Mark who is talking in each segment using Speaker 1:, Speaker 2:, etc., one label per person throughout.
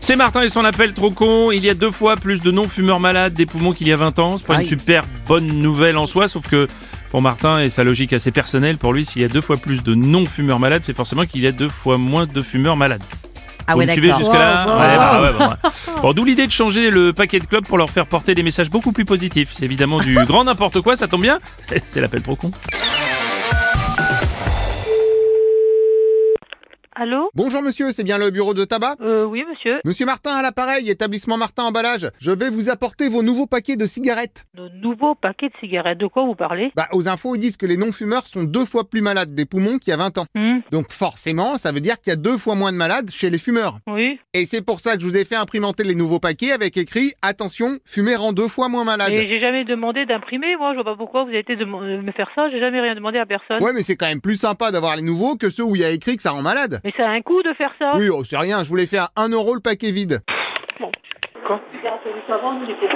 Speaker 1: C'est Martin et son appel trop con. Il y a deux fois plus de non-fumeurs malades des poumons qu'il y a 20 ans. C'est pas une super bonne nouvelle en soi, sauf que pour Martin et sa logique assez personnelle, pour lui, s'il y a deux fois plus de non-fumeurs malades, c'est forcément qu'il y a deux fois moins de fumeurs malades.
Speaker 2: Ah
Speaker 1: Vous
Speaker 2: ouais,
Speaker 1: me suivez
Speaker 2: d'accord.
Speaker 1: jusque-là Ouais, bah ouais, bah ouais. Bon, d'où l'idée de changer le paquet de club pour leur faire porter des messages beaucoup plus positifs. C'est évidemment du grand n'importe quoi, ça tombe bien. C'est l'appel trop con.
Speaker 3: Allô
Speaker 4: Bonjour monsieur, c'est bien le bureau de tabac
Speaker 3: euh, Oui, monsieur.
Speaker 4: Monsieur Martin à l'appareil, établissement Martin Emballage. Je vais vous apporter vos nouveaux paquets de cigarettes.
Speaker 3: De nouveaux paquets de cigarettes. De quoi vous parlez
Speaker 4: Bah, aux infos, ils disent que les non-fumeurs sont deux fois plus malades des poumons qu'il y a 20 ans.
Speaker 3: Hmm,
Speaker 4: Donc forcément, ça veut dire qu'il y a deux fois moins de malades chez les fumeurs.
Speaker 3: Oui.
Speaker 4: Et c'est pour ça que je vous ai fait imprimenter les nouveaux paquets avec écrit Attention, fumer rend deux fois moins malade.
Speaker 3: Et j'ai jamais demandé d'imprimer, moi. Je vois pas pourquoi vous avez été de de me faire ça. J'ai jamais rien demandé à personne.
Speaker 4: Ouais, mais c'est quand même plus sympa d'avoir les nouveaux que ceux où il y a écrit que ça rend malade.
Speaker 3: Mais ça a un coût de faire ça.
Speaker 4: Oui, oh, c'est rien, je voulais faire 1 euro le paquet vide.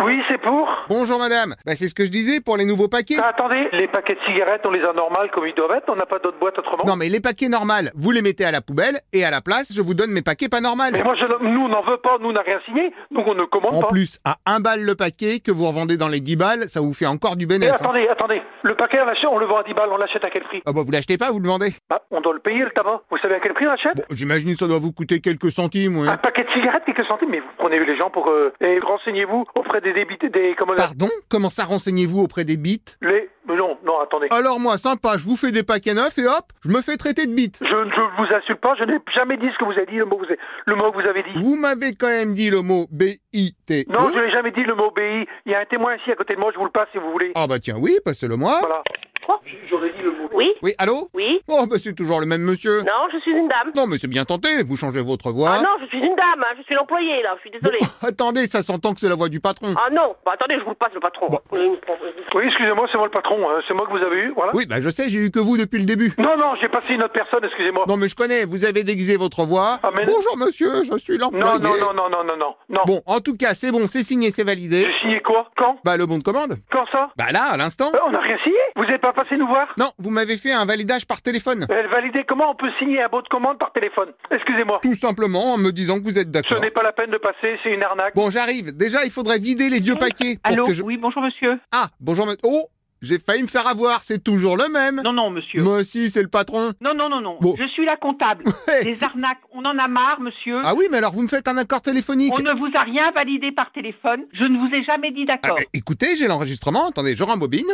Speaker 5: Oui, c'est pour.
Speaker 4: Bonjour madame, bah, c'est ce que je disais pour les nouveaux paquets.
Speaker 5: Ah, attendez, les paquets de cigarettes, on les a normales comme ils doivent être. On n'a pas d'autres boîtes autrement.
Speaker 4: Non mais les paquets normales, vous les mettez à la poubelle et à la place, je vous donne mes paquets pas
Speaker 5: Mais
Speaker 4: normales.
Speaker 5: moi, je, nous, on n'en veut pas. Nous, on n'a rien signé. Donc, on ne commande
Speaker 4: En
Speaker 5: pas.
Speaker 4: plus, à 1 balle le paquet que vous revendez dans les 10 balles, ça vous fait encore du
Speaker 5: Et
Speaker 4: bénéfice. hein.
Speaker 5: attendez, attendez. Le paquet, on, l'achète- on le vend à 10 balles. On l'achète à quel prix
Speaker 4: Ah bah vous l'achetez pas, vous le vendez
Speaker 5: Bah, On doit le payer, le tabac. Vous savez à quel prix on l'achète
Speaker 4: Bon, j'imagine que ça doit vous coûter quelques centimes, ouais.
Speaker 5: Un paquet de cigarettes, quelques centimes. Mais vous prenez les gens pour. euh, et renseignez-vous auprès des débités. Des, comment on a-
Speaker 4: Pardon Comment ça renseignez-vous auprès des bites
Speaker 5: les... mais Non, non, attendez.
Speaker 4: Alors moi, sympa, je vous fais des paquets neufs et hop, je me fais traiter de bite.
Speaker 5: Je ne vous insulte pas. Je n'ai jamais dit ce que vous avez dit, le mot que vous avez, le mot que vous avez dit.
Speaker 4: Vous m'avez quand même dit le mot B-I-T.
Speaker 5: Non, je n'ai jamais dit le mot BI. Il y a un témoin ici à côté de moi. Je vous le passe si vous voulez.
Speaker 4: Ah bah tiens, oui, passez-le moi.
Speaker 5: Voilà.
Speaker 6: Quoi
Speaker 5: J'aurais dit le mot.
Speaker 6: Oui,
Speaker 4: Oui, allô
Speaker 6: oui.
Speaker 4: Oh bah c'est toujours le même monsieur.
Speaker 6: Non, je suis une dame.
Speaker 4: Non mais c'est bien tenté, vous changez votre voix.
Speaker 6: Ah non, je suis une dame, hein, je suis l'employée là, je suis désolée.
Speaker 4: Attendez, ça s'entend que c'est la voix du patron.
Speaker 6: Ah non, bah attendez, je vous le passe le patron.
Speaker 4: Bon.
Speaker 6: Oui, oui.
Speaker 5: Oui, excusez-moi, c'est moi le patron. hein. C'est moi que vous avez eu, voilà.
Speaker 4: Oui, bah je sais, j'ai eu que vous depuis le début.
Speaker 5: Non, non, j'ai passé une autre personne, excusez-moi.
Speaker 4: Non mais je connais, vous avez déguisé votre voix.
Speaker 5: Ah, mais-
Speaker 4: Bonjour monsieur, je suis l'employé.
Speaker 5: Non, non, non, non, non, non, non, non.
Speaker 4: Bon, en tout cas, c'est bon, c'est signé, c'est validé.
Speaker 5: J'ai signé quoi Quand
Speaker 4: Bah le bon de commande
Speaker 5: Quand ça
Speaker 4: Bah là, à l'instant
Speaker 5: Euh, On n'a rien signé Vous n'êtes pas passé nous voir
Speaker 4: Non, vous m'avez fait un validage par téléphone.
Speaker 5: Euh, Validez comment on peut signer un mot de commande par téléphone Excusez-moi.
Speaker 4: Tout simplement en me disant que vous êtes
Speaker 5: Ce
Speaker 4: d'accord.
Speaker 5: n'est pas la peine de passer, c'est une arnaque.
Speaker 4: Bon, j'arrive. Déjà, il faudrait vider les vieux paquets pour
Speaker 3: Allô
Speaker 4: que je...
Speaker 3: Oui, bonjour, monsieur.
Speaker 4: Ah, bonjour, monsieur. Oh, j'ai failli me faire avoir, c'est toujours le même.
Speaker 7: Non, Hein non, monsieur.
Speaker 4: Moi aussi, c'est le patron.
Speaker 7: Non, non, non, non.
Speaker 4: Bon.
Speaker 7: Je suis la comptable.
Speaker 4: Hey.
Speaker 7: Les arnaques, on en a marre, monsieur.
Speaker 4: Ah oui, mais alors vous me faites un accord téléphonique.
Speaker 7: on ne vous a rien validé par téléphone. Je ne vous ai jamais dit
Speaker 4: Ah,
Speaker 7: d'accord.
Speaker 4: mais écoutez, j'ai l'enregistrement. Attendez, je rembobine.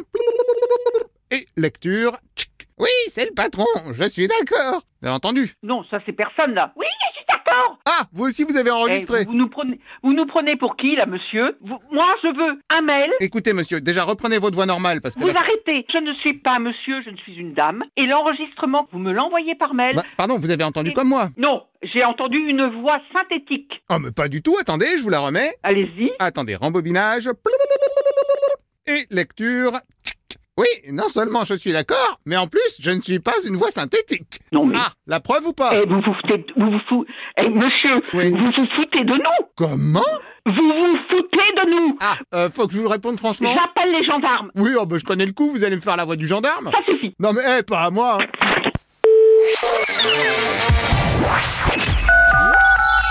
Speaker 4: Et lecture. Tchic. Oui, c'est le patron. Je suis d'accord. Vous avez entendu
Speaker 7: Non, ça, c'est personne, là. Oui, je suis d'accord.
Speaker 4: Ah, vous aussi, vous avez enregistré.
Speaker 7: Eh, vous, vous nous prenez, vous nous prenez pour qui, là, monsieur Vous- Moi, je veux un mail.
Speaker 4: Écoutez, monsieur, déjà reprenez votre voix normale parce que.
Speaker 7: Vous
Speaker 4: là-
Speaker 7: arrêtez. Je ne suis pas un monsieur, je ne suis une dame. Et l'enregistrement, vous me l'envoyez par mail.
Speaker 4: Bah, pardon, vous avez entendu comme moi.
Speaker 7: Non, j'ai entendu une voix synthétique.
Speaker 4: Oh, mais pas du tout. Attendez, je vous la remets.
Speaker 7: Allez-y.
Speaker 4: Attendez, rembobinage. Et lecture. Oui, non seulement je suis d'accord, mais en plus, je ne suis pas une voix synthétique.
Speaker 7: Non, mais...
Speaker 4: Ah, la preuve ou pas
Speaker 7: Eh, vous vous foutez... Vous vous fou- Eh, monsieur,
Speaker 4: Oui.
Speaker 7: vous vous foutez de nous
Speaker 4: Comment
Speaker 7: Vous vous foutez de nous
Speaker 4: Ah, euh, faut que je vous réponde franchement.
Speaker 7: J'appelle les gendarmes
Speaker 4: Oui, oh, bah, je connais le coup, vous allez me faire la voix du gendarme.
Speaker 7: Ça suffit
Speaker 4: Non mais, eh, pas à moi. hein.